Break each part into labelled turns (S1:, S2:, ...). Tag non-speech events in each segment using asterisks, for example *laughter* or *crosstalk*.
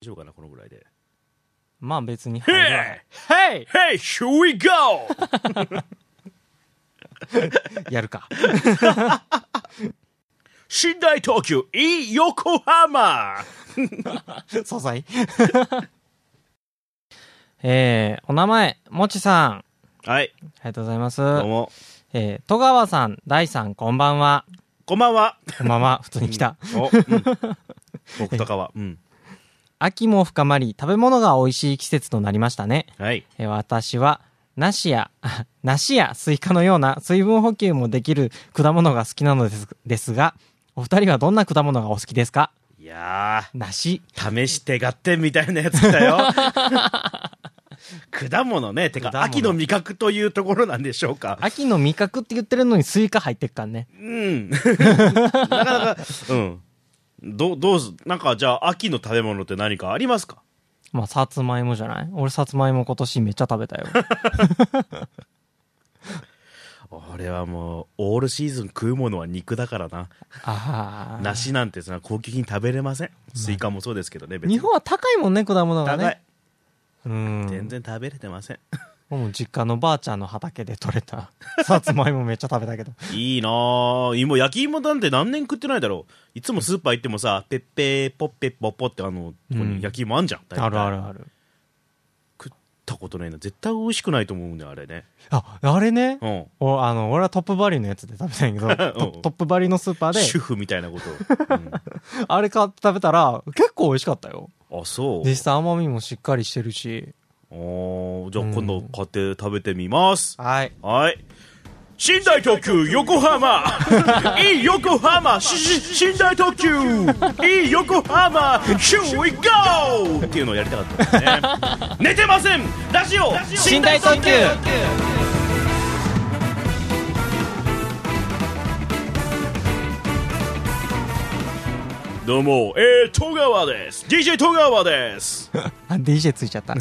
S1: 丈夫かな、このぐらいで。
S2: まあ別に。
S1: Hey！
S2: は
S1: Hey,
S2: い
S1: should we go?
S2: やるか。
S1: 寝台東急 in 横浜
S2: *laughs* 素材。 *laughs* えー、お名前、もちさん。あ
S1: はい、
S2: りがとうございます。
S1: どうも。
S2: えー、戸川さん、大さん、こんばんは。
S1: こんばんは。
S2: こんば
S1: *laughs*
S2: んは。普通に来た。
S1: お、うん、
S2: *laughs*
S1: 僕とかは。うん。
S2: 秋も深まり、食べ物が美味しい季節となりましたね。
S1: はい。
S2: えー私は、梨や、 *laughs* あ梨やスイカのような水分補給もできる果物が好きなのですですが、お二人はどんな果物がお好きですか
S1: いや
S2: 梨。
S1: ー、試して合点みたいなやつ来た
S2: *laughs*
S1: よ。果物ね。てか
S2: 果、物
S1: 秋の味覚というところなんでしょうか。
S2: 秋の味覚って言ってるのにスイカ入ってっからね。
S1: うん。なかなか、うん。どう、どうす、なんかじゃあ、秋の食べ物って何かありますか
S2: まあ、さつまいもじゃない俺さつまいも今年めっちゃ食べたよ。
S1: 俺はもう、オールシーズン食うものは肉だからな。
S2: *laughs* ああ。
S1: 梨なんてさ、高級品食べれません。スイカもそうですけどね、別
S2: 日
S1: に。
S2: 本は高いもんね、果物がね。
S1: 高い。
S2: うん。
S1: 全然食べれてません。
S2: 僕も実家のばあちゃんの畑で採れ *laughs* たさつまいもめっちゃ食べたけど。
S1: いいなぁ。芋、焼き芋なんて何年食ってないだろう。いつもスーパー行ってもさ、ペッペー、ポッペッポッポってあの、ここに焼き芋あんじゃん。大体
S2: *laughs* あるある。ある。
S1: 食ったことないな。絶対美味しくないと思うんだよ、あれね。
S2: あ、あれね。
S1: うん。
S2: おあの俺はトップバリューのやつで食べたんやけどトトップバリューのスーパーで
S1: 主婦みたいなこと
S2: *laughs*
S1: を。
S2: あれ買って食べたら結構美味しかったよ
S1: うんあ、そう。
S2: 実際甘みもしっかりしてるし
S1: おーじゃあ今度買って食べてみます、
S2: はい
S1: はい寝台特急横 *laughs* 浜いい横浜しし寝台特急いい横浜 Here we go! っていうのをやりたかった *laughs* ですね寝てませんラジオ
S2: 寝台特急
S1: どうもえー、戸川です DJ 戸川です
S2: あ DJ ついち *laughs* ゃった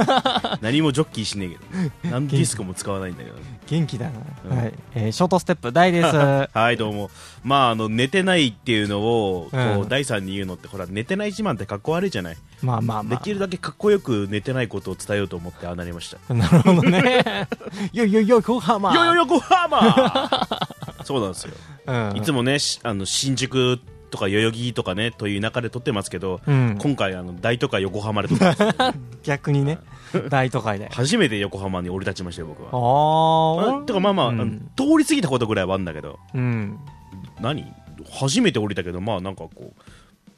S1: *laughs* 何もジョッキーしねえけ *laughs* ど何ディスコも使わないんだけど
S2: 元気だな、
S1: うん
S2: はいえーショートステップ大です *laughs*
S1: はい、どうも。まあ、あの、寝てないっていうのを、こう、
S2: うん
S1: 第三に言うのって、ほら、寝てない自慢ってかっこ悪いじゃない。
S2: まあまあま
S1: で
S2: あ
S1: きるだけかっこよく寝てないことを伝えようと思って、ああなりました。
S2: *laughs* なるほどねよいよいよい横浜
S1: よよよ、横浜 *laughs* そうなんですよ。
S2: うん、
S1: いつ
S2: も
S1: もね、しあの、新宿とか代々木とかね、という中で撮ってますけど、
S2: うん
S1: 今回、あの、大都会横浜で撮って
S2: *laughs*
S1: ます、*laughs*
S2: 逆にね大都会で
S1: 初めて横浜に降り立ちましたよ、僕は。
S2: あ
S1: あ
S2: あ
S1: てか、まあまあ、
S2: うん
S1: あの通り過ぎたことぐらいはあるんだけど、
S2: うん
S1: 何初めて降りたけどまあなんかこ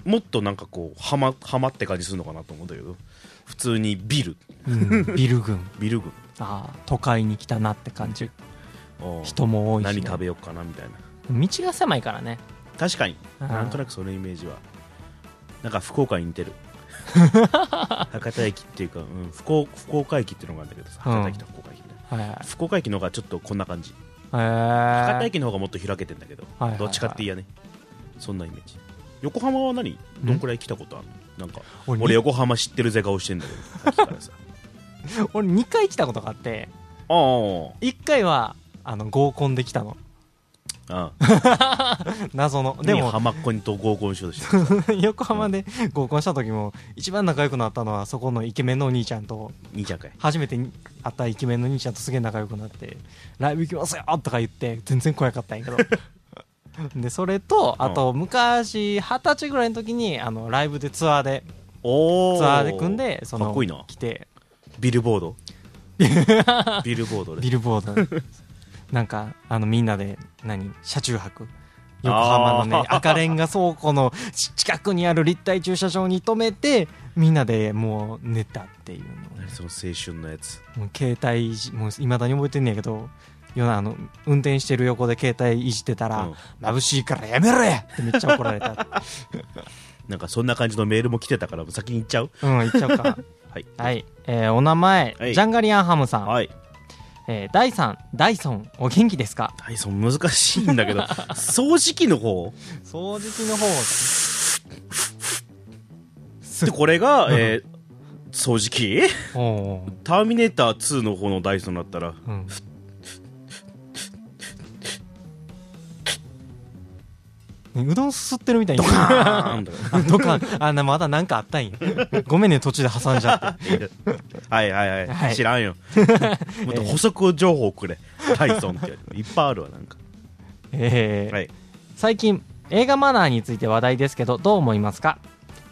S1: うもっとなんかこう浜浜って感じするのかなと思うんだけど普通にビル
S2: うんビル群
S1: ビル群
S2: ああ都会に来たなって感じ
S1: うん
S2: 人も多いしね、
S1: 何食べようかなみたいな
S2: 道が狭いからね
S1: 確かに
S2: うん
S1: なんとなくそのイメージはなんか福岡に似て
S2: *laughs*
S1: る博多駅っていうか、うん、福岡福岡駅っていうのがあるんだけどさ
S2: うん
S1: 博多駅と福岡駅みたいな
S2: はいはい
S1: 福岡駅の方がちょっとこんな感じ
S2: へ
S1: 博多
S2: え
S1: 駅の方がもっと開けてんだけど、
S2: はいはいはい
S1: どっちかっていいやねそんなイメージ横浜は何どんくらい来たことあるのなんか
S2: 俺
S1: 俺
S2: 俺
S1: 横浜知ってるぜ顔してんだけどさ
S2: *laughs*
S1: っきからさ
S2: 俺2回来たことがあって
S1: ああ
S2: 1回はあの合コンで来たの
S1: ああ
S2: 謎の *laughs* で
S1: でも
S2: も
S1: 浜っ子にと合コンしようとしてる
S2: *laughs* 横浜で合コンした時も一番仲良くなったのはそこのイケメンのお兄ちゃんと
S1: 兄ちゃんかい
S2: 初めてに会ったイケメンの兄ちゃんとすげえ仲良くなってライブ行きますよとか言って全然来なかった
S1: *laughs*
S2: んやけどでそれとあと昔二十歳ぐらいの時にあのライブでツアーで
S1: お
S2: ツアーで組んでそ
S1: か
S2: の
S1: っこいいな
S2: 来て
S1: ビルボー
S2: *laughs*
S1: ドビルボードで
S2: ビルボードなんかあのみんなで何車中泊横浜のね
S1: あー
S2: 赤レンガ倉庫のち近くにある立体駐車場に止めてみんなでもう寝たっていうの
S1: 何その青春のやつ
S2: もう携帯いじもういまだに覚えてんねやけど夜なあの運転してる横で携帯いじってたら、
S1: うん
S2: 眩しいからやめろやってめっちゃ怒ら
S1: *laughs*
S2: れた
S1: なんかそんな感じのメールも来てたから先に行っちゃう
S2: うん言っちゃうか
S1: はい
S2: はい、えーお名前、
S1: はい
S2: ジャンガリアンハムさん、
S1: はい
S2: えーダイさんダイソンお元気ですか
S1: ダイソン難しいんだけど
S2: *laughs*
S1: 掃除機の方
S2: 掃除機の方
S1: でこれ
S2: *laughs*
S1: が、えー掃除機
S2: おー
S1: ターミネーター2の方のダイソンだった
S2: *laughs*
S1: ら
S2: うん、ねうどんすすってるみたいに
S1: あーんと
S2: あ *laughs* とか、あ、なまだなんかあったんや。ごめんね、途中で挟んじゃって。
S1: *laughs* はいはいは。
S2: はいい
S1: 知らん
S2: *laughs*
S1: よ。もっと補足情報くれ。タイソンってやついっぱいあるわ、なんか。
S2: えー
S1: はい。
S2: 最近、映画マナーについて話題ですけど、どう思いますか、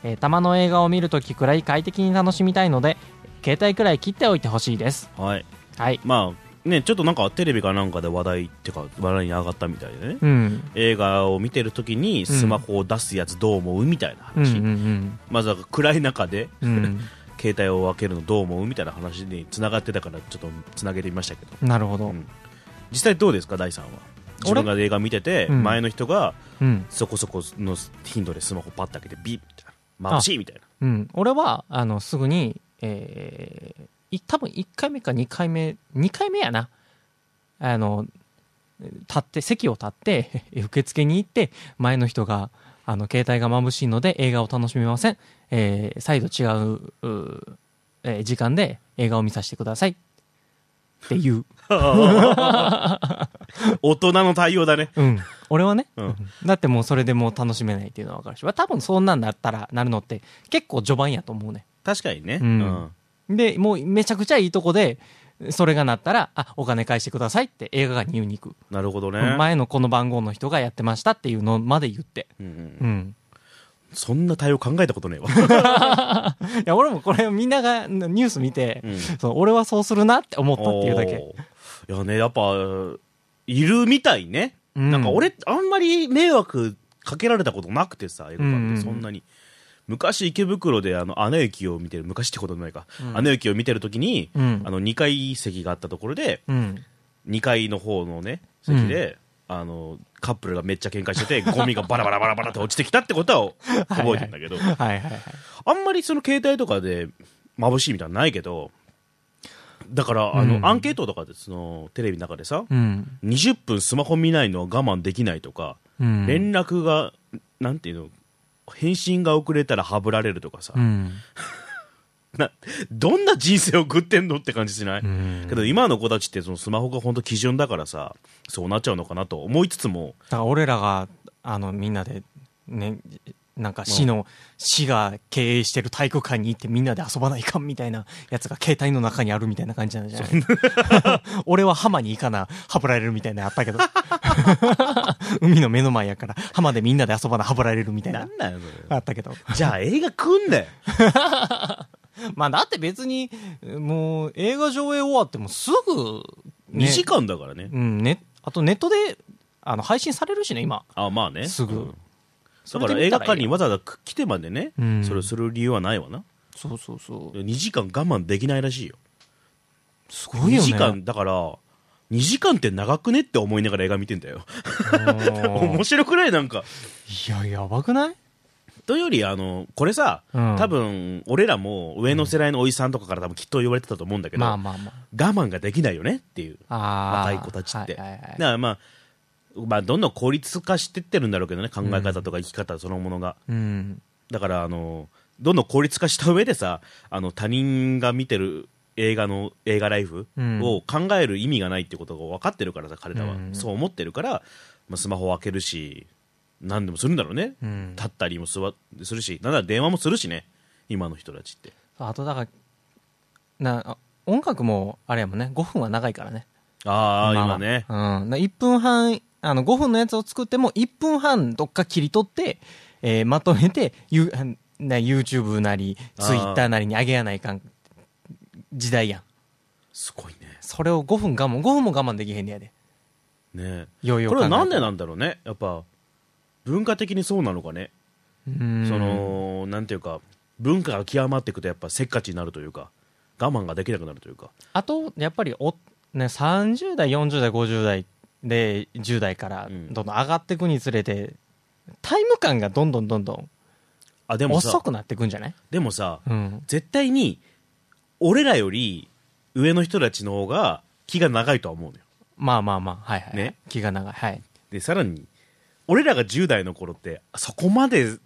S2: えーたまの映画を見るときくらい快適に楽しみたいので、携帯くらい切っておいてほしいです。
S1: はい。
S2: はい。
S1: まあ、ね、ちょっとなんかテレビかなんかで話題ってか、話題に上がったみたいでね。
S2: うん。
S1: 映画を見てるときにスマホを出すやつどう思うみたいな
S2: うんう
S1: 話。
S2: ん
S1: まずは暗い中で
S2: うん。うん。
S1: *laughs* 携帯を開けるのどう思うみたいな話につながってたから、ちょっとつなげてみましたけど。
S2: なるほど
S1: う。ん実際どうですか、大さんは。自分が映画見てて、
S2: うん
S1: 前の人が
S2: うん。
S1: そこそこの頻度でスマホパッと開けてビッみたいな。眩しいみたいな。
S2: うん。俺は、あの、すぐに、えーい多分1回目か2回目、2回目やな。あの、立って、席を立って、 *laughs* 受付に行って、前の人が、あの、携帯が眩しいので映画を楽しめません。えー再度違う、うえー時間で映画を見させてください。っていう。
S1: 大人の対応だね。
S2: うん。俺はね。
S1: うん
S2: だってもうそれでもう楽しめないっていうのはわかるし。まあ多分そんなんなったら、なるのって結構序盤やと思うね。
S1: 確かにね。
S2: うん
S1: うん
S2: で、もうめちゃくちゃいいとこで、それがなったら、あ、お金返してくださいって映画が言うに行く。
S1: なるほどね。
S2: 前のこの番号の人がやってましたっていうのまで言って。
S1: うんう
S2: うんん。
S1: そんな対応考えたことねえわ。
S2: いや、俺もこれみんながニュース見て、
S1: うん
S2: そう俺はそうするなって思ったっていうだけ。
S1: おーいやね、やっぱ、いるみたいね。
S2: うん
S1: なんか俺、あんまり迷惑かけられたことなくてさ、映画
S2: うん
S1: 館
S2: う
S1: っ
S2: ん
S1: てそんなに。昔池袋であの、アナ雪を見てる、昔ってことないか。アナ雪を見てるときに、
S2: うん
S1: あの、2階席があったところで、
S2: うん。
S1: 2階の方のね、席で、あの、カップルがめっちゃ喧嘩してて、ゴミがバラバラバラバラって落ちてきたってことは覚えてんだけど、
S2: *laughs* はいはいはい。
S1: あんまりその携帯とかで眩しいみたいなのないけど、だから、あの、
S2: うん
S1: アンケートとかで、その、テレビの中でさ、
S2: うん。
S1: 20分スマホ見ないのは我慢できないとか、
S2: うん。
S1: 連絡が、なんていうの、返信が遅れたらハブられるとかさ、
S2: うん。
S1: などんな人生を送ってんのって感じしない、
S2: ん
S1: けど今の子たちってそのスマホが本当基準だからさ、そうなっちゃうのかなと思いつつも、
S2: だから俺らがあのみんなでねなんか市の、市が経営してる体育館に行ってみんなで遊ばないかんみたいなやつが携帯の中にあるみたいな感じなんじゃない *laughs* 俺は浜に行かなはぶられるみた
S1: *laughs*
S2: いなのあったけど海の目の前やから浜でみんなで遊ばなはぶられるみたい
S1: な
S2: なん
S1: なんよ、そ
S2: あったけど
S1: れ。じゃあ映画来んなよ。
S2: まあだって別にもう映画上映終わってもすぐ、
S1: 2
S2: ね
S1: 時間だからね。
S2: うんねあとネットであの配信されるしね今
S1: あ、まあね。
S2: すぐ
S1: うんだから映画館にわざわざ来てまでね、
S2: うん
S1: それをする理由はないわな。
S2: そうそうそう
S1: 2時間我慢できないらしいよ。
S2: すごいよね
S1: 2時間、だから、2時間って長くねって思いながら映画見てんだよ。 *laughs* 面白くないなんか。
S2: いや、やばくない
S1: というより、あの、これさ、
S2: うん
S1: 多分、俺らも上の世代のおじさんとかから多分きっと言われてたと思うんだけど、
S2: まあまあま
S1: 我慢ができないよねっていう、
S2: あ。ああ
S1: 若い子たちって。
S2: はいはいはい
S1: だからまあ、まあ、どんどん効率化してってるんだろうけどね、考え方とか生き方そのものが。
S2: うん。
S1: だから、あの、どんどん効率化した上でさ、あの、他人が見てる映画の、映画ライフ
S2: うん
S1: を考える意味がないってことが分かってるからさ、彼らは。
S2: うん
S1: そう思ってるから、まあ、スマホを開けるし、何でもするんだろうね。
S2: うん。
S1: 立ったりも座っするし、なんなら電話もするしね、今の人たちって。
S2: あと、だから、な、あ音楽も、あれやもんね、5分は長いからね。
S1: ああ、
S2: ま
S1: 今ね。
S2: うん。な1分半、あの、5分のやつを作っても、1分半どっか切り取って、えーまとめて、ゆな YouTube なり、
S1: あー
S2: Twitter なりに上げやないかん、時代やん。
S1: すごいね。
S2: それを5分我慢、5分も我慢できへんねやで。
S1: ね
S2: ようよ
S1: こ
S2: う
S1: れは
S2: 考
S1: なん
S2: えたら
S1: でなんだろうね。やっぱ、文化的にそうなのかね。
S2: うん。
S1: そ、の、なんていうか、文化が極まっていくとやっぱせっかちになるというか、我慢ができなくなるというか。
S2: あと、やっぱりお、ね、30代、40代、50代で、10代から
S1: うん
S2: どんどん上がっていくにつれて、タイム感がどんどんどんどん
S1: あ、でも
S2: 遅
S1: さ、
S2: くなっていくんじゃない
S1: でもさ、
S2: うん。
S1: 絶対に、俺らより上の人たちの方が気が長いとは思うのよ。
S2: まあまあまあ、はいはい。
S1: ね
S2: 気が長い。はい。
S1: でさらに俺らが10代の頃ってそこまで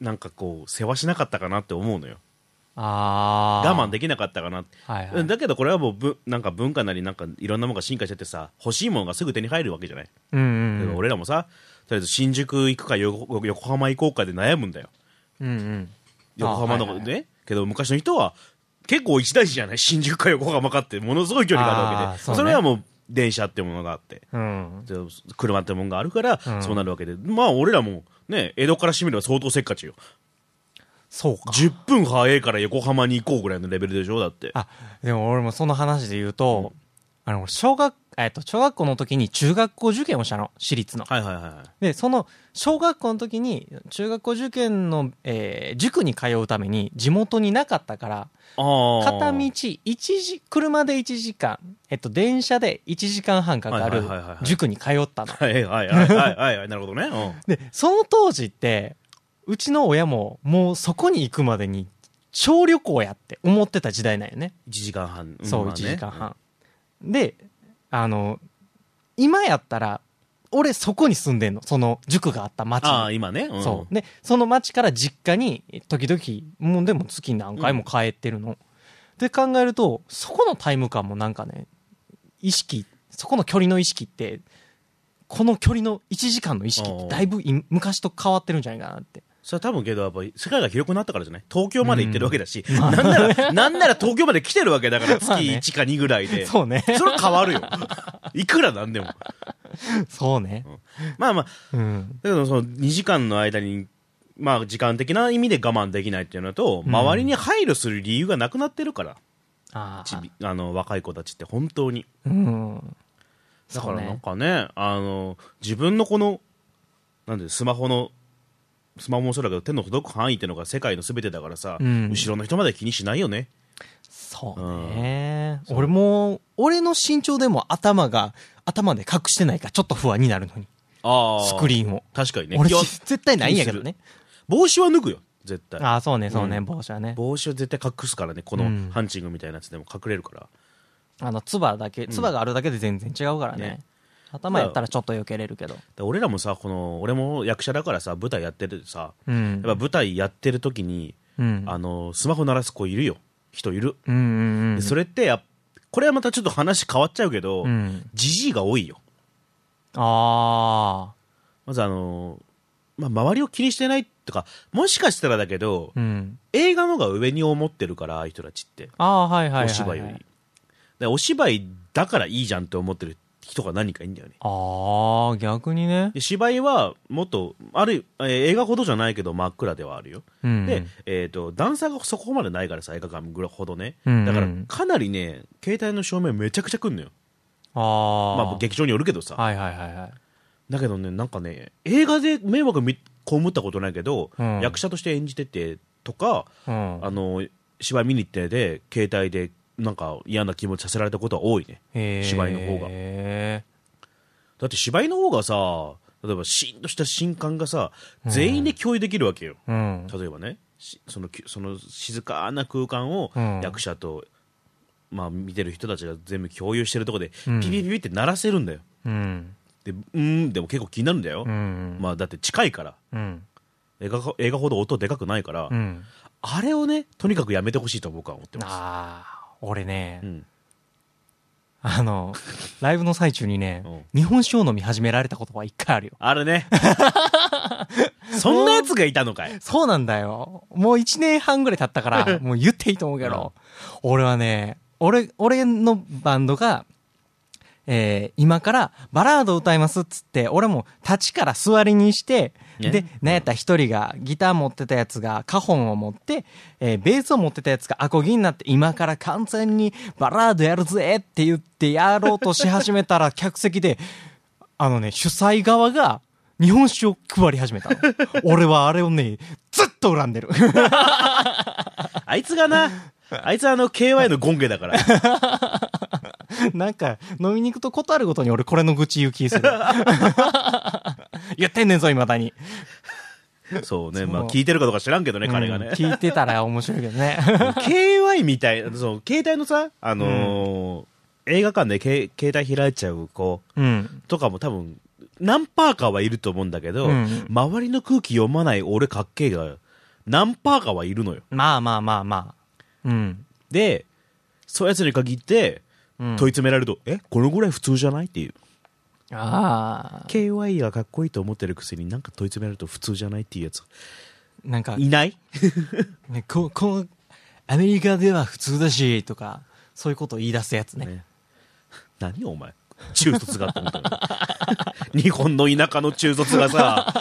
S1: なんかこう世話しなかったかなって思うのよ
S2: ああ。
S1: 我慢できなかったかなって、
S2: はいはい。
S1: だけどこれはもうぶなんか文化なりなんかいろんなものが進化しててさ欲しいものがすぐ手に入るわけじゃない、
S2: うんうん
S1: けど
S2: うん。
S1: 俺らもさとりあえず新宿行くか横横浜行こうかで悩むんだよ
S2: うんうん
S1: 横浜の
S2: あはいはい
S1: ね、けど昔の人は結構一大事じゃない新宿か横浜かってものすごい距離があるわけ
S2: あー
S1: で
S2: そ
S1: そう
S2: ね
S1: れはもう電車ってものがあって
S2: うん
S1: で車ってもんがあるから、
S2: うん
S1: そうなるわけでまあ俺らもね江戸からしてみれば相当せっかちよ
S2: そうか
S1: 10分早いから横浜に行こうぐらいのレベルでしょだって
S2: あでも俺もその話で言うと、あの俺小学えっと小学校の時に中学校受験をしたの私立の
S1: はいはいはいはい
S2: でその小学校の時に中学校受験の、えー塾に通うために地元になかったから
S1: ああ
S2: 片道1時車で1時間、えっと、電車で1時間半かか
S1: はいはい
S2: る
S1: はいはいはい
S2: 塾に通ったの
S1: はいはいはいはいはいはいなるほどね、うん
S2: でその当時ってうちの親ももうそこに行くまでに小旅行やって思ってた時代なんよね
S1: 1時間半ん
S2: そう、
S1: まあ
S2: 1
S1: ね
S2: 時間半。で、あの、今やったら、俺そこに住んでんの。その塾があった町に
S1: ああ今ね、うん
S2: そう。で、その町から実家に、時々、もうでも月何回も帰ってるの。で考えると、そこのタイム感もなんかね、意識、そこの距離の意識って、この距離の1時間の意識ってだいぶい昔と変わってるんじゃないかなって。
S1: それは多分けどやっぱり世界が広くなったからじゃない東京まで行ってるわけだし、
S2: んまあ
S1: なんならなんなら東京まで来てるわけだから月
S2: まあね
S1: 1か2ぐらいで、
S2: そうね。
S1: それは変わるよいくらなんでも
S2: そうね。
S1: まあまあ
S2: うん。
S1: だけどその2時間の間にまあ時間的な意味で我慢できないっていうのと、
S2: ん
S1: 周りに配慮する理由がなくなってるから
S2: あ
S1: ち
S2: あ。
S1: びあの若い子たちって本当に
S2: うん。
S1: だか
S2: そう
S1: ら
S2: ね
S1: なんかねあの自分のこのなんでスマホのスマホもそうだけど手の届く範囲ってのが世界の全てだからさ、
S2: うん
S1: 後ろの人まで気にしないよね
S2: そうね、俺も俺の身長でも頭が頭で隠してないかちょっと不安になるのに
S1: あ
S2: スクリーンを
S1: 確かにね
S2: 俺
S1: いや
S2: 絶対ないんやけどね
S1: 帽子は脱ぐよ絶対
S2: ああそうねそうね、
S1: うん
S2: 帽子はね
S1: 帽子は絶対隠すからねこの
S2: うん
S1: ハンチングみたいなやつでも隠れるから、
S2: あのつばだけつばがあるだけで全然違うからね,、
S1: ね
S2: 頭やったらちょっと避けれるけど
S1: で俺らもさこの俺も役者だからさ舞台やってるさ
S2: うん
S1: やっぱ舞台やってる時に、
S2: うん
S1: あのスマホ鳴らす子いるよ人いる、
S2: うんうんうん
S1: でそれってやっこれはまたちょっと話変わっちゃうけど
S2: うん
S1: じじいが多いよ
S2: ああ
S1: まずあのまあ、周りを気にしてないとかもしかしたらだけど、
S2: うん
S1: 映画のが上に思ってるからああいう人たちって
S2: ああはいはいはい、はい、
S1: お芝居より、でお芝居だからいいじゃんって思ってる人が何人かいるんだよね
S2: ああ逆にね
S1: で芝居はもっとある、えー映画ほどじゃないけど真っ暗ではあるよ、
S2: うん
S1: で、えー、と段差がそこまでないからさ映画館ぐらいほどね、
S2: うんうん
S1: だからかなりね携帯の照明めちゃくちゃくんのよ
S2: ああ、
S1: まあ、劇場によるけどさ、
S2: はいはいはいはい
S1: だけどねなんかね映画で迷惑み被ったことないけど、
S2: うん
S1: 役者として演じててとか
S2: うん
S1: あの芝居見に行ってで携帯でなんか嫌な気持ちさせられたことは多いね
S2: へー
S1: 芝居の方が
S2: へ
S1: だって芝居の方がさ例えばシーンとした瞬間がさ全員で共有できるわけよ、
S2: ーうん
S1: 例えばねしそのきその静かな空間を
S2: うん
S1: 役者と、まあ、見てる人たちが全部共有してるとこで
S2: うん
S1: ピピピピって鳴らせるんだよ、
S2: うん
S1: でうーんでも結構気になるんだよ、
S2: うん
S1: まあ、だって近いから
S2: うん
S1: 映画映画ほど音でかくないから、
S2: うん
S1: あれをねとにかくやめてほしいと僕は思ってます、
S2: ああ俺ね、
S1: うん、
S2: あのライブの最中にね、
S1: う
S2: 日本酒を飲み始められたことは一回あるよ
S1: あれ
S2: *laughs*
S1: ねそんなやつがいたのかい
S2: そうなんだよもう一年半ぐらい経ったからもう言っていいと思うけど、俺はね俺俺のバンドがえー今からバラードを歌いますっつって俺も立ちから座りにして、
S1: ね
S2: でなんやったら一人がギター持ってたやつがカホンを持って、えーベースを持ってたやつがアコギになって今から完全にバラードやるぜって言ってやろうとし始めたら客席であのね主催側が日本酒を配り始めた *laughs* の俺はあれをねずっと恨んでる *laughs*
S1: あいつがなあいつはあの KY のゴンゲだから
S2: なんか飲みに行くとことあるごとに俺これの愚痴言う *laughs* 気する言ってんねんぞいまだに
S1: *laughs* そうね
S2: そう
S1: まあ聞いてるかどうか知らんけどね彼が
S2: う
S1: ね
S2: ん、聞いてたら面白いけど *laughs* ね
S1: KY みたいな、そう、携帯のさ、あのー映画館でけ携帯開いちゃう子
S2: うん
S1: とかも多分、何パーかはいると思うんだけど、
S2: うん
S1: 周りの空気読まない俺かっけえが、何パーかはいるのよ。
S2: まあまあまあまあうん
S1: で、そういうやつに限って、
S2: うん
S1: 問い詰められると、え、このぐらい普通じゃないっていう。
S2: ああ
S1: KY がかっこいいと思ってるくせになんか問い詰められると普通じゃないっていうやつ
S2: なんか
S1: いない
S2: ね、ここうアメリカでは普通だしとかそういうことを言い出すやつね
S1: ね *laughs* 何よお前中卒がって思ったよ *laughs* 日本の田舎の中卒がさ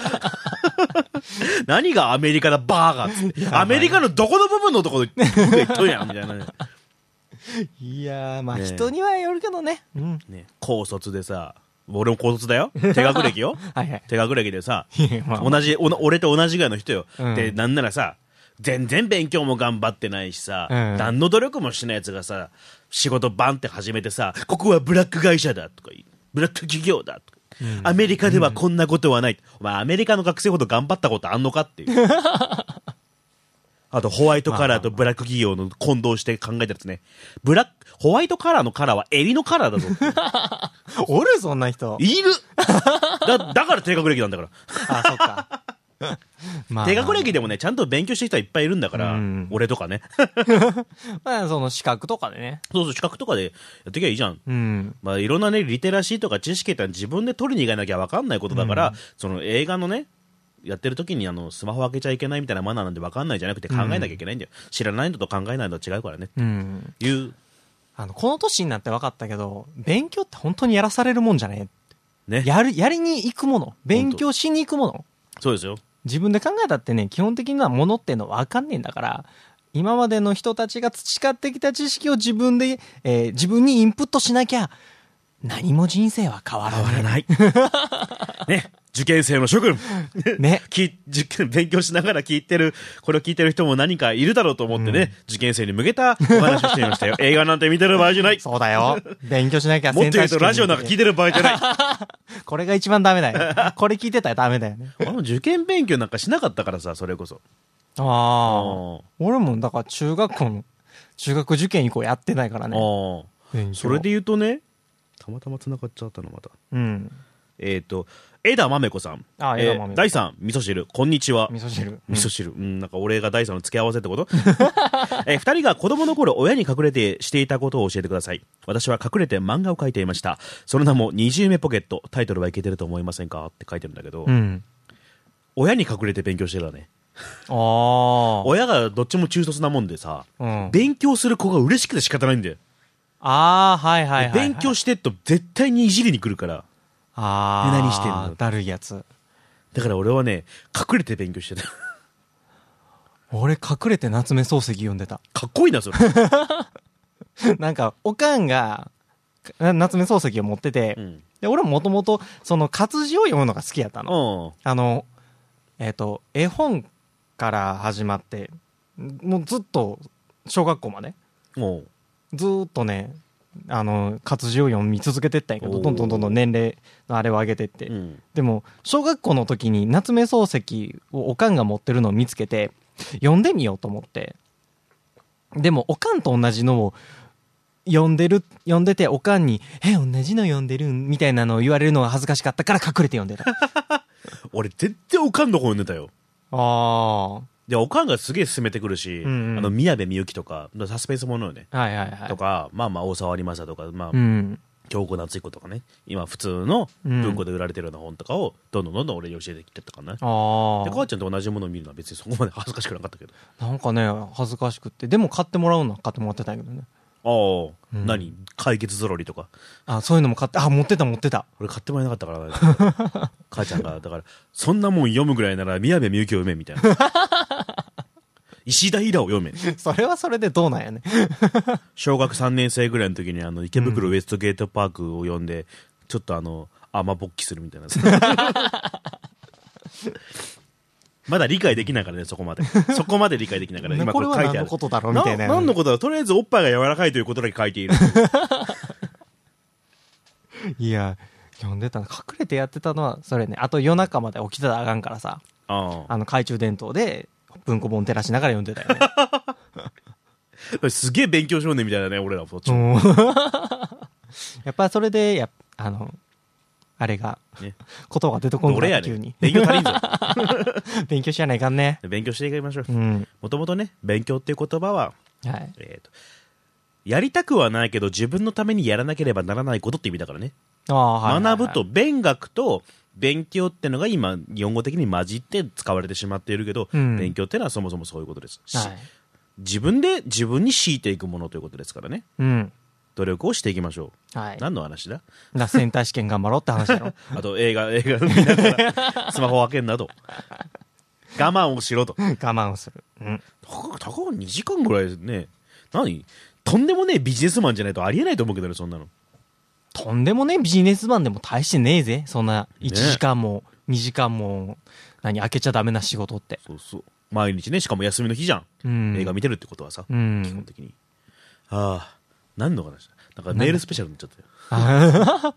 S1: *laughs* 何がアメリカだバーガーっつってアメリカのどこの部分のところで言っとんやんみたいなね
S2: いやーまあ
S1: ね
S2: 人にはよるけどねうん
S1: ね高卒でさ俺も高卒
S2: *laughs*
S1: だよ手学歴よ
S2: はいはい
S1: 手学歴でさ
S2: いやまあ
S1: 同じおな俺と同じぐらいの人よ、
S2: うん
S1: でなんならさ全然勉強も頑張ってないしさ、
S2: うん
S1: 何の努力もしないやつがさ仕事バンって始めてさここはブラック会社だとか言いブラック企業だとか、アメリカではこんなことはない、お前アメリカの学生ほど頑張ったことあんのかって
S2: *laughs*
S1: いうあとホワイトカラーとブラック企業の混同して考えたやつねブラックホワイトカラーのカラーは襟のカラーだぞって
S2: おるそんな人
S1: いるだだから低学歴なんだから
S2: あそ
S1: *laughs*
S2: っかまあ
S1: 低学歴でもね、ちゃんと勉強してる人はいっぱいいるんだから、
S2: うん
S1: 俺とかね。 *laughs*
S2: まあその資格とかでね
S1: そうそう、資格とかでやってきゃいいじゃん。
S2: うん
S1: まあ、いろんなね、リテラシーとか知識ってのは自分で取りに行かなきゃ分かんないことだから、その映画のね、やってる時にあのスマホ開けちゃいけないみたいなマナーなんて分かんないじゃなくて考えなきゃいけないんだよ。知らないのと考えないのは違うからね。
S2: うん
S1: いう、
S2: あのこの年になって分かったけど勉強って本当にやらされるもんじゃね
S1: ね。
S2: やるやりに行くもの勉強しに行くもの
S1: そうですよ。
S2: 自分で考えたってね基本的なものってのは分かんねえんだから今までの人たちが培ってきた知識を自分で、えー自分にインプットしなきゃ何も人生は変わら
S1: 変わ
S2: な
S1: ら
S2: い。
S1: ない。 *laughs* ね。受験生の諸
S2: *laughs*
S1: 君。
S2: ね。
S1: *laughs* き受験勉強しながら聞いてる、これを聞いてる人も何かいるだろうと思ってね、受験生に向けたお話をしてみました
S2: *laughs*
S1: よ。映画なんて見てる場合じゃない。
S2: そうだよ。勉強しなきゃ
S1: もっと言うとラジオなんか聞いてる場合じゃない。
S2: *laughs* これが一番ダメだよ。これ聞いてたらダメだよね。
S1: あの受験勉強なんかしなかったからさ、それこそ。
S2: ああ。俺もだから中学校の、中学受験以降やってないから
S1: あ
S2: ね。
S1: ー
S2: 勉強
S1: それで。言うとね、たまたま繋がっちゃったの、また。
S2: うん。
S1: えっ、と、枝豆子さん。
S2: あ
S1: え
S2: 枝豆子
S1: 第3、味噌汁、こんにちは。
S2: 味噌汁。
S1: 味噌汁、うん、なんか俺が第三の付け合わせってこと *laughs* えー二人が子供の頃親に隠れてしていたことを教えてください私は隠れて漫画を描いていましたその名も「二重目ポケット」タイトルはいけてると思いませんかって書いてるんだけど、
S2: うん。
S1: 親に隠れて勉強してたね
S2: ああ。
S1: 親がどっちも中卒なもんでさ、
S2: うん
S1: 勉強する子が嬉しくて仕方ないんだよ、
S2: ああ、はいはいはいはい。
S1: 勉強してっと絶対にいじりに来るから
S2: ああ。
S1: で何してんの
S2: だるいやつ。
S1: だから俺はね隠れて勉強してた *laughs*
S2: 俺隠れて夏目漱石読んでた。 *laughs*
S1: かっこいいなそれ、
S2: なんか、おかんが、な夏目漱石を持ってて、 *laughs*
S1: うん、
S2: で俺もともと、その活字を読むのが好きやったの。
S1: うん
S2: あの、えっ、と、絵本から始まって、もうずっと、小学校まで、
S1: もう
S2: ずーっとね、あの、活字を読み続けてったんやけ
S1: お
S2: ど、
S1: ー
S2: どんどんどんどん年齢のあれを上げてって。
S1: うん
S2: でも、小学校の時に夏目漱石をおかんが持ってるのを見つけて、読んでみようと思って。でも、おかんと同じのを読んでる、読んでて、おかんに、え、同じの読んでるんみたいなのを言われるのが恥ずかしかったから隠れて読んでた。あ
S1: 俺全然おかんの子読んでたよ
S2: *laughs* あ。
S1: で、おかんがすげえ進めてくるし、
S2: うんうん
S1: あの、宮部みゆきとか、サスペンスものよね。
S2: はいはいはい。
S1: とか、まあまあ、大沢ありまさとか、まあ、
S2: うん。
S1: 京子夏彦とかね、今普通の文庫で売られてるような本とかを、どんどんどんどん俺に教えてきてたからね。で、
S2: あ
S1: 母ちゃんと同じものを見るのは別にそこまで恥ずかしくなかったけど。
S2: あ。なんかね、恥ずかしくって。でも買ってもらうのは買ってもらってたんやけどね。
S1: ああ、何解決ぞろりとか。
S2: あそういうのも買って、あ、持ってた持ってた。
S1: 俺買ってもらえなかったから、母ちゃんが、だから、そんなもん読むぐらいなら、宮部みゆきを読め、み
S2: *laughs*
S1: たいな。石田イラを読め。
S2: *laughs* それはそれでどうなんやね。
S1: 小学3年生ぐらいの時にあの池袋ウエストゲートパークを呼んで、ちょっとあの雨ぼっきするみたい
S2: *laughs*
S1: なまだ理解できないからねそこまでそこまで理解できないから
S2: ね
S1: 今
S2: こ
S1: こ
S2: れ
S1: れ
S2: は
S1: 書いて
S2: 何
S1: ある
S2: のことだろうみたいなやつ
S1: 何のことだろうとりあえずおっぱいが柔らかいということだけ書いてい
S2: *laughs*
S1: る
S2: *laughs* いや、読んでたの。隠れてやってたのは、それね。あと夜中まで起きてたらあかんからさ。
S1: ああ
S2: あの、懐中電灯で、文庫本照らしながら読んでたよ *laughs* ね。
S1: すげえ勉強少年みたいだね俺らそっちも、
S2: うんやっぱそれで、やっあの、あれが、
S1: ね、
S2: 言葉が出てこん
S1: ど
S2: か
S1: れ
S2: ら
S1: や
S2: 急に
S1: ね。勉強足りんぞ
S2: *laughs* 勉強しやないかんね。
S1: 勉強していきましょう
S2: うん。
S1: もともとね勉強っていう言葉は
S2: はい。
S1: えーとやりたくはないけど自分のためにやらなければならないことって意味だからね
S2: ああ、はいはいはい。
S1: 学ぶと勉学と勉強ってのが今日本語的に混じって使われてしまっているけど、
S2: うん
S1: 勉強ってのはそもそもそういうことです、し
S2: はい。
S1: 自分で自分に強いていくものということですからね
S2: うん。
S1: 努力をしていきましょう、
S2: はい。
S1: 何の話だ
S2: だセンター試験頑張ろうって話 *laughs* だろ。
S1: あと映画 *laughs* 映画見ながらスマホを開けんなど我慢をしろと
S2: 我慢をする。うん。
S1: たかたかが2時間ぐらいね何とんでもねえビジネスマンじゃないとありえないと思うけどねそんなの
S2: とんでもねえビジネスマンでも大してねえぜ。そんな1時間も2時間も、何、開けちゃダメな仕事って。
S1: そうそう毎日ねしかも休みの日じゃ、
S2: うんん。
S1: 映画見てるってことはさ、
S2: う
S1: 基本
S2: ん。
S1: 的にああ何の話だなんかネイルスペシャルになっちゃったよ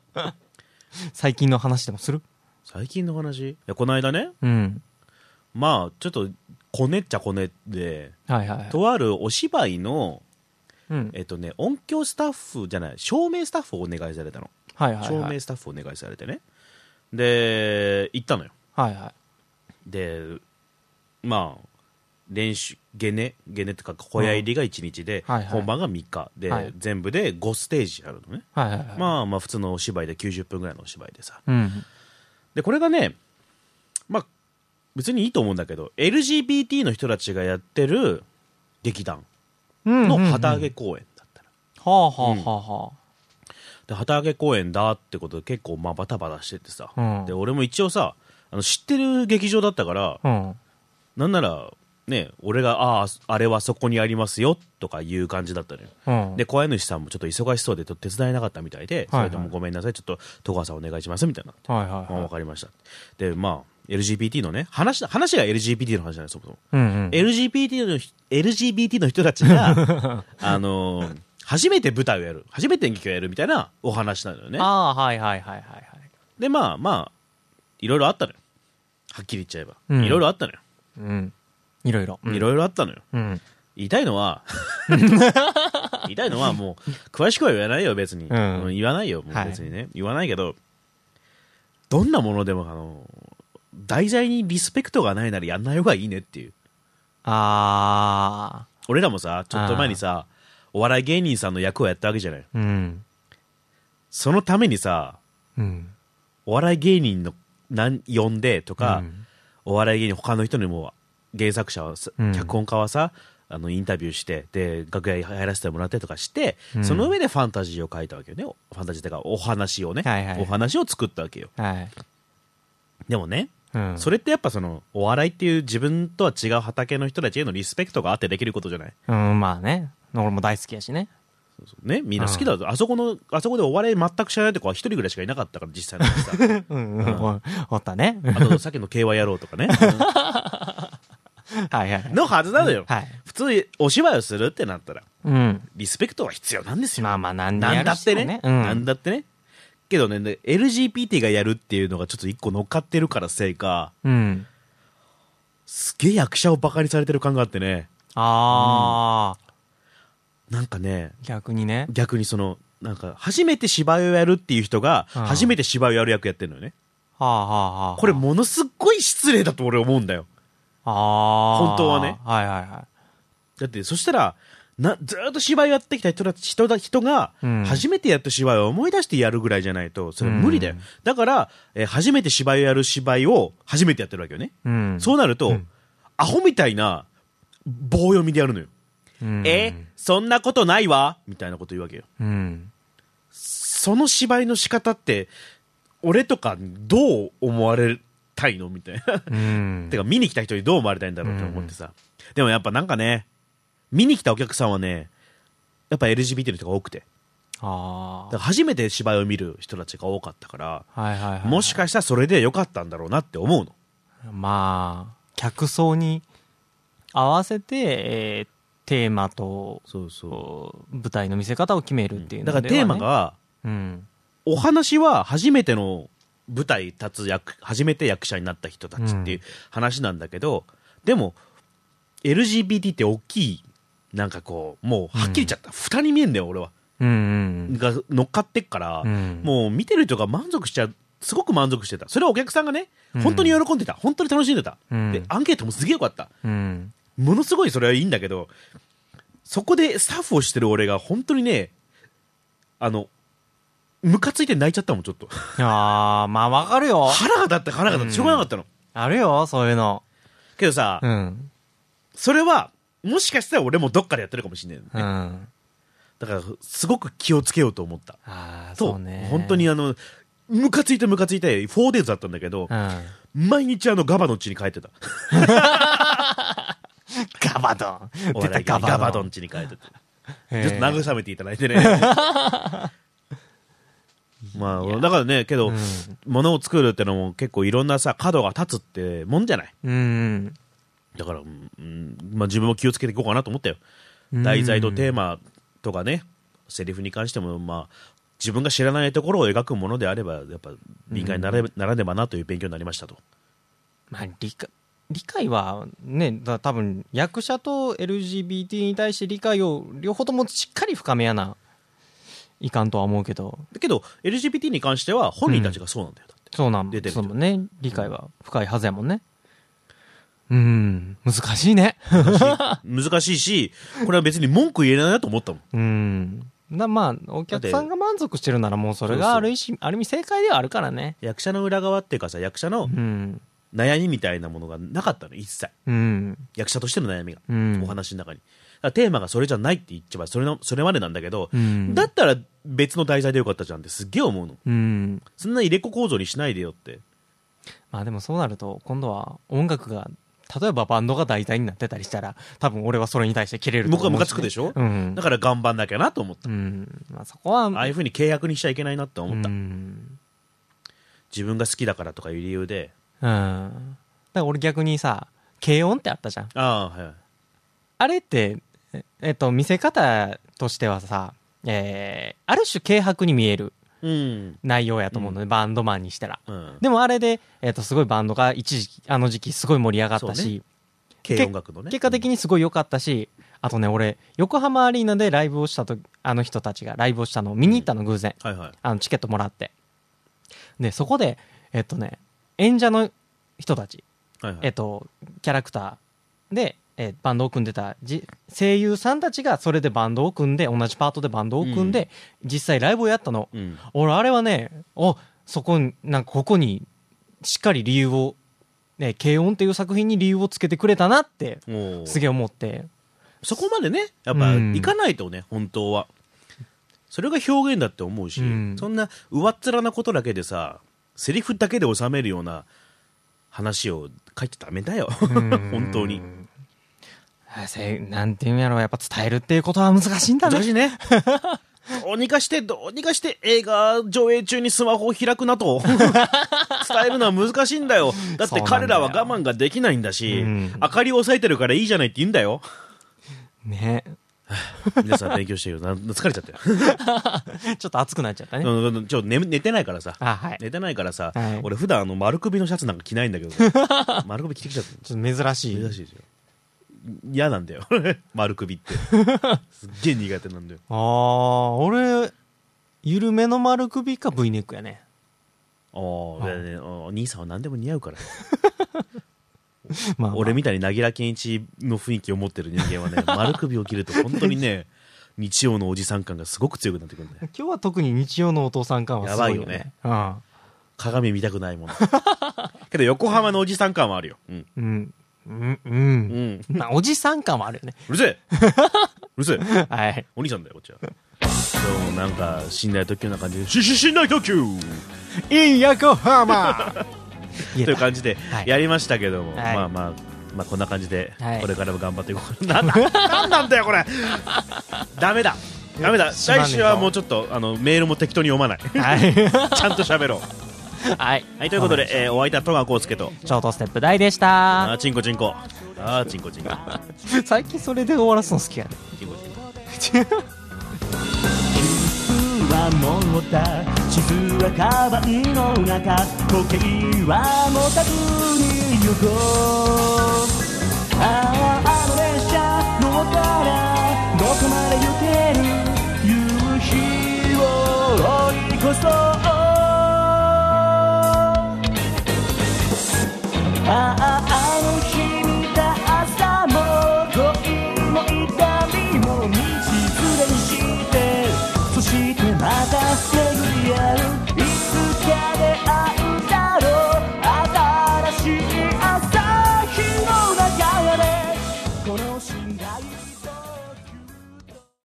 S2: 最近の話でもする
S1: 最近の話いやこの間ね
S2: うん。
S1: まあちょっとこねっちゃこねで
S2: はいはいはい。
S1: とあるお芝居の
S2: うん。
S1: えっとね音響スタッフじゃない照明スタッフをお願いされたの
S2: はいはい
S1: 照
S2: は
S1: 明
S2: い。
S1: スタッフをお願いされてねで行ったのよ
S2: はいは
S1: でまあ練習ゲネゲネってか小屋入りが1日で、
S2: うんはいはい
S1: 本番が3日で、
S2: はい
S1: 全部で5ステージあるのね、
S2: い。はいはいはい。
S1: まあまあ普通のお芝居で90分ぐらいのお芝居でさ
S2: うん。
S1: でこれがねまあ別にいいと思うんだけど LGBT の人たちがやってる劇団
S2: うん。
S1: の
S2: うん
S1: 旗揚げ。公演だったら、
S2: はあはあは
S1: で旗揚げ公演だってことで結構まあバタバタしててさ、
S2: あはあ。
S1: で俺も一応さあの知ってる劇場だったから
S2: うん。うん。
S1: なんならね俺が「あああれはそこにありますよ」とかいう感じだったのよ
S2: うん。
S1: で小屋主さんもちょっと忙しそうでちょっと手伝えなかったみたいで「
S2: はいはい
S1: それともごめんなさいちょっと戸川さんお願いします」みたいな
S2: はいは
S1: 「
S2: い
S1: あ
S2: は
S1: 分かりました」でまあ LGBT のね話だ話が LGBT の話じゃないそもそも、
S2: い。うんうん。
S1: LGBT の人 LGBT の人たちが
S2: *laughs*
S1: あのー初めて舞台をやる初めて演劇をやるみたいなお話なのよね
S2: ああ、はいはいはいはいはい。
S1: でまあまあいろいろあったのよはっきり言っちゃえば、
S2: うん
S1: いろいろあったのよ
S2: うん。いろいろ。
S1: いろいろあったのよ、
S2: うん。
S1: 言いたいの
S2: *laughs*
S1: は言いたいのはもう詳しくは言わないよ別に、
S2: うん
S1: うん言わないよもう
S2: はい
S1: 別にね、言わないけどどんなものでもあの題材にリスペクトがないならやんない方がいいねっていう
S2: あ
S1: 俺らもさちょっと前にさお笑い芸人さんの役をやったわけじゃない
S2: あ。うん。
S1: そのためにさ
S2: うん。
S1: お笑い芸人のなん呼んでとか、お笑い芸人他の人にも原作者はさ、
S2: うん
S1: 脚本家はさあのインタビューしてで楽屋に入らせてもらってとかして、
S2: うん
S1: その上でファンタジーを書いたわけよねファンタジーというかお話をね、
S2: はいはい
S1: お話を作ったわけよ
S2: はい。
S1: でもね、
S2: うん。
S1: それってやっぱそのお笑いっていう自分とは違う畑の人たちへのリスペクトがあってできることじゃない
S2: うん、まあね。俺も大好きやしね。
S1: ねみんな好きだと、あそこのあそこでお笑い全く知らないとこは一人ぐらいしかいなかったから実際のさ
S2: *laughs* うん、うん、おおったね。
S1: あとさっきの KY 野郎とかね
S2: はいはい。
S1: のはずなのよ、
S2: はい。
S1: 普通お芝居をするってなったら
S2: うん。
S1: リスペクトは必要なんですよ
S2: まあまあ、なんで
S1: な
S2: や
S1: んだ
S2: る
S1: っ
S2: 人
S1: て
S2: も
S1: ね。
S2: う
S1: なん
S2: ん。
S1: だってね。けどね、で LGBT がやるっていうのがちょっと一個乗っかってるからせいか、
S2: うん。
S1: すげえ役者をバカにされてる感があってね、
S2: ああ、
S1: なんかね、
S2: 逆にね。
S1: 逆にその、なんか、初めて芝居をやるっていう人が、
S2: うん
S1: 初めて芝居をやる役やってるのよね。
S2: はあはあはあ。
S1: これものすっごい失礼だと俺思うんだよ。
S2: ああ。
S1: 本当はね。
S2: はいはいは
S1: だって、そしたら、なずーっと芝居やってきた人だ人だ人が、
S2: うん
S1: 初めてやった芝居を思い出してやるぐらいじゃないと、それ無理だよ。だから、えー初めて芝居をやる芝居を初めてやってるわけよね。
S2: い。うん。
S1: そうなると、
S2: うん
S1: アホみたいな棒読みでやるのよ。
S2: うん。
S1: えそんなことないわみたいなこと言うわけよ。
S2: うん。
S1: その芝居の仕方って、俺とかどう思われたいのみたいな。
S2: うん
S1: て。か、見に来た人にどう思われたいんだろうって思ってさ。でもやっぱなんかね、見に来たお客さんはね、やっぱ LGBT の人が多くて。
S2: あ
S1: だから初めて芝居を見る人たちが多かったから、
S2: あ。はいはいはい。
S1: もしかしたらそれで良かったんだろうなって思うの。
S2: まあ、客層に合わせて、えーテーマと
S1: そうそ
S2: こう舞台の見せ方を決めるっていう
S1: だか
S2: ので
S1: ら
S2: はね、
S1: テーマが、
S2: うん、
S1: お話は初めての舞台立つ役初めて役者になった人たちっていう話なんだけど、でも LGBT って大きいなんかこうもうはっきり言っちゃった、蓋に見えんだよ俺は
S2: うんうん
S1: が乗っかってっから、
S2: うん
S1: もう見てる人が満足しちゃうすごく満足してたそれはお客さんがね本当に喜んでた、本当に楽しんでた、
S2: うん
S1: でアンケートもすげえよかった
S2: うん
S1: ものすごいそれはいいんだけどそこでスタッフをしてる俺が本当にねあのムカついて泣いちゃったもん、ちょっと。
S2: あー、まあわかるよ。
S1: 腹が立って腹が立ってしょうがなかったの。
S2: あるよ、そういうの。
S1: けどさ、
S2: うん。
S1: それは、もしかしたら俺もどっかでやってるかもしれない、
S2: うん。あ
S1: だから、すごく気をつけようと思った。
S2: あー、
S1: と
S2: そうね。
S1: 本当に。あの、ムカついてムカついて、4 days だったんだけど
S2: うん。、ガ
S1: 毎日あのガバの家に帰ってた。
S2: バドン。 *laughs* 出たガバドン。
S1: ガバの家に帰ってた。
S2: へ
S1: ちょっ
S2: ー
S1: と慰めていただいて
S2: *laughs*
S1: ね。まあ、だからね、けど、
S2: うん
S1: 物を作るってのも結構いろんなさ、角が立つってもんじゃない。
S2: うん。
S1: だから、うんうんまあ、自分も気をつけていこうかなと思ったよ。題材とテーマとかね、セリフに関しても、まあ、自分が知らないところを描くものであれば、やっぱ敏感になれ,、ならねばなという勉強になりましたと。
S2: まあ、理解理解はねだ多分役者と LGBT に対して理解を両方ともしっかり深めやないかんとは思うけど
S1: だけど、LGBT に関しては本人たちがそうなんだよ。だって
S2: そうなん
S1: 出てる
S2: そうもんね理解は深いはずやもんねうん難しいね
S1: 難しいし、これは別に文句言えないなと思ったもん。
S2: うんだまあお客さんが満足してるならもうそれ
S1: そう
S2: が
S1: そう
S2: ある意味ある意味正解ではあるからね
S1: 役者の裏側っていうかさ、役者の
S2: うん
S1: 悩みみたいなものがなかったの、一切。
S2: うん
S1: 役者としての悩みが、
S2: うん
S1: お話の中に。だからテーマがそれじゃないって言っちゃえばそれの、それまでなんだけど、
S2: うん
S1: だったら別の題材でよかったじゃんってすっげえ思うの。
S2: うん
S1: そんな入れ子構造にしないでよって。
S2: まあでもそうなると今度は音楽が例えばバンドが題材になってたりしたら多分俺はそれに対して切れると
S1: 僕
S2: 思
S1: は
S2: うし
S1: ムカつくでしょ、
S2: うん
S1: だから頑張んなきゃなと思った。
S2: うんまあそこは
S1: ああいうふうに契約にしちゃいけないなって思った。
S2: うん
S1: 自分が好きだからとかいう理由で。
S2: うんだから俺逆にさ軽音ってあったじゃん
S1: ああ、はい。
S2: あれってええっと見せ方としてはさえーある種軽薄に見える
S1: うん。
S2: 内容やと思うので、バンドマンにしたら
S1: うん。
S2: でもあれで、えっとすごいバンドが一時期あの時期すごい盛り上がった
S1: そう
S2: し、
S1: 軽音楽のね。
S2: 結果的にすごい良かったし、あとね、俺、横浜アリーナでライブをしたと、あの人たちがライブをしたのを見に行ったの、偶然。
S1: はいはい。
S2: あの、チケットもらって。で、そこで、えっとね、演者の人たち、
S1: はいはい。
S2: えっと、キャラクターで、えーバンドを組んでたじ声優さんたちがそれでバンドを組んで、同じパートでバンドを組んで、実際ライブをやったの。
S1: うん。
S2: 俺、あれはね、お、そこに、なんかここに、しっかり理由を、ね、軽音っていう作品に理由をつけてくれたなって
S1: もう
S2: すげえ思って
S1: そこまでね、やっぱ、
S2: うん
S1: 行かないとね、本当は。それが表現だって思うし、
S2: うん
S1: そんな上っ面なことだけでさ、セリフだけで収めるような話を書いちゃダメだよ。本当に。
S2: あせなんていうんやろやっぱ伝えるっていうことは難しいんだね
S1: 難しいね。どうにかして、どうにかして映画上映中にスマホを開くな
S2: *laughs*
S1: と。伝えるのは難しいんだよ。だっ
S2: そ
S1: て
S2: うなんだよ
S1: 彼らは我慢ができないんだし、
S2: うん
S1: 明かりを抑えてるからいいじゃないって言うんだよ。
S2: ね *laughs*
S1: 皆さん勉強してよ。な疲れちゃったよ。
S2: ちょっと熱くなっちゃったね、
S1: うんちょ寝寝てないからさ。
S2: あはいち
S1: 寝てないからさ、
S2: はい
S1: 俺普段あの丸首のシャツなんか着ないんだけど
S2: *laughs*
S1: 丸首着てきちゃった
S2: ょっと珍しい
S1: 珍しいですよ嫌なんだよ *laughs* 丸首ってすっげえ苦手なんだよ
S2: ああ俺緩めの丸首か V ネックやね
S1: お
S2: はい
S1: ね、お兄さんは何でも似合うから、
S2: まあ、まあ、
S1: 俺みたいになぎら健一の雰囲気を持ってる人間
S2: *laughs*
S1: はね丸首を着ると本当にね日曜のおじさん感がすごく強くなってくるんだよ
S2: 今日は特に日曜のお父さん感はすごいよねうん
S1: 鏡見たく
S2: *laughs*
S1: ないもんけど横浜のおじさん感はあるようん
S2: うんうんう、
S1: うんん
S2: まあ、おじさん感はあるよね
S1: うるせえうるせえ
S2: はい
S1: お兄さんだよこっちは今日もなんか寝台特急な感じで「しし寝台特急!」
S2: いい横浜 *laughs* 言え
S1: という
S2: た
S1: 感じで
S2: はい
S1: やりましたけども、
S2: はい
S1: まあまあまあこんな感じで
S2: はい
S1: これからも頑張っていこうかな、なんだなんなんだよこれダメだダメだ
S2: しまんねえ
S1: 来
S2: ぞ
S1: 週はもうちょっとあのメールも適当に読まないち
S2: はい
S1: ゃんと喋ろう
S2: はい
S1: はいということで、えーお相手は戸川浩介と
S2: ショートステップ大でした
S1: あーちんこちんこあーちんこちんこ
S2: 最近それで終わらすの好きやね
S1: ちんこちんこ
S3: はもった地図はカバンの中時計は持たずに行こうあああの列車乗ったら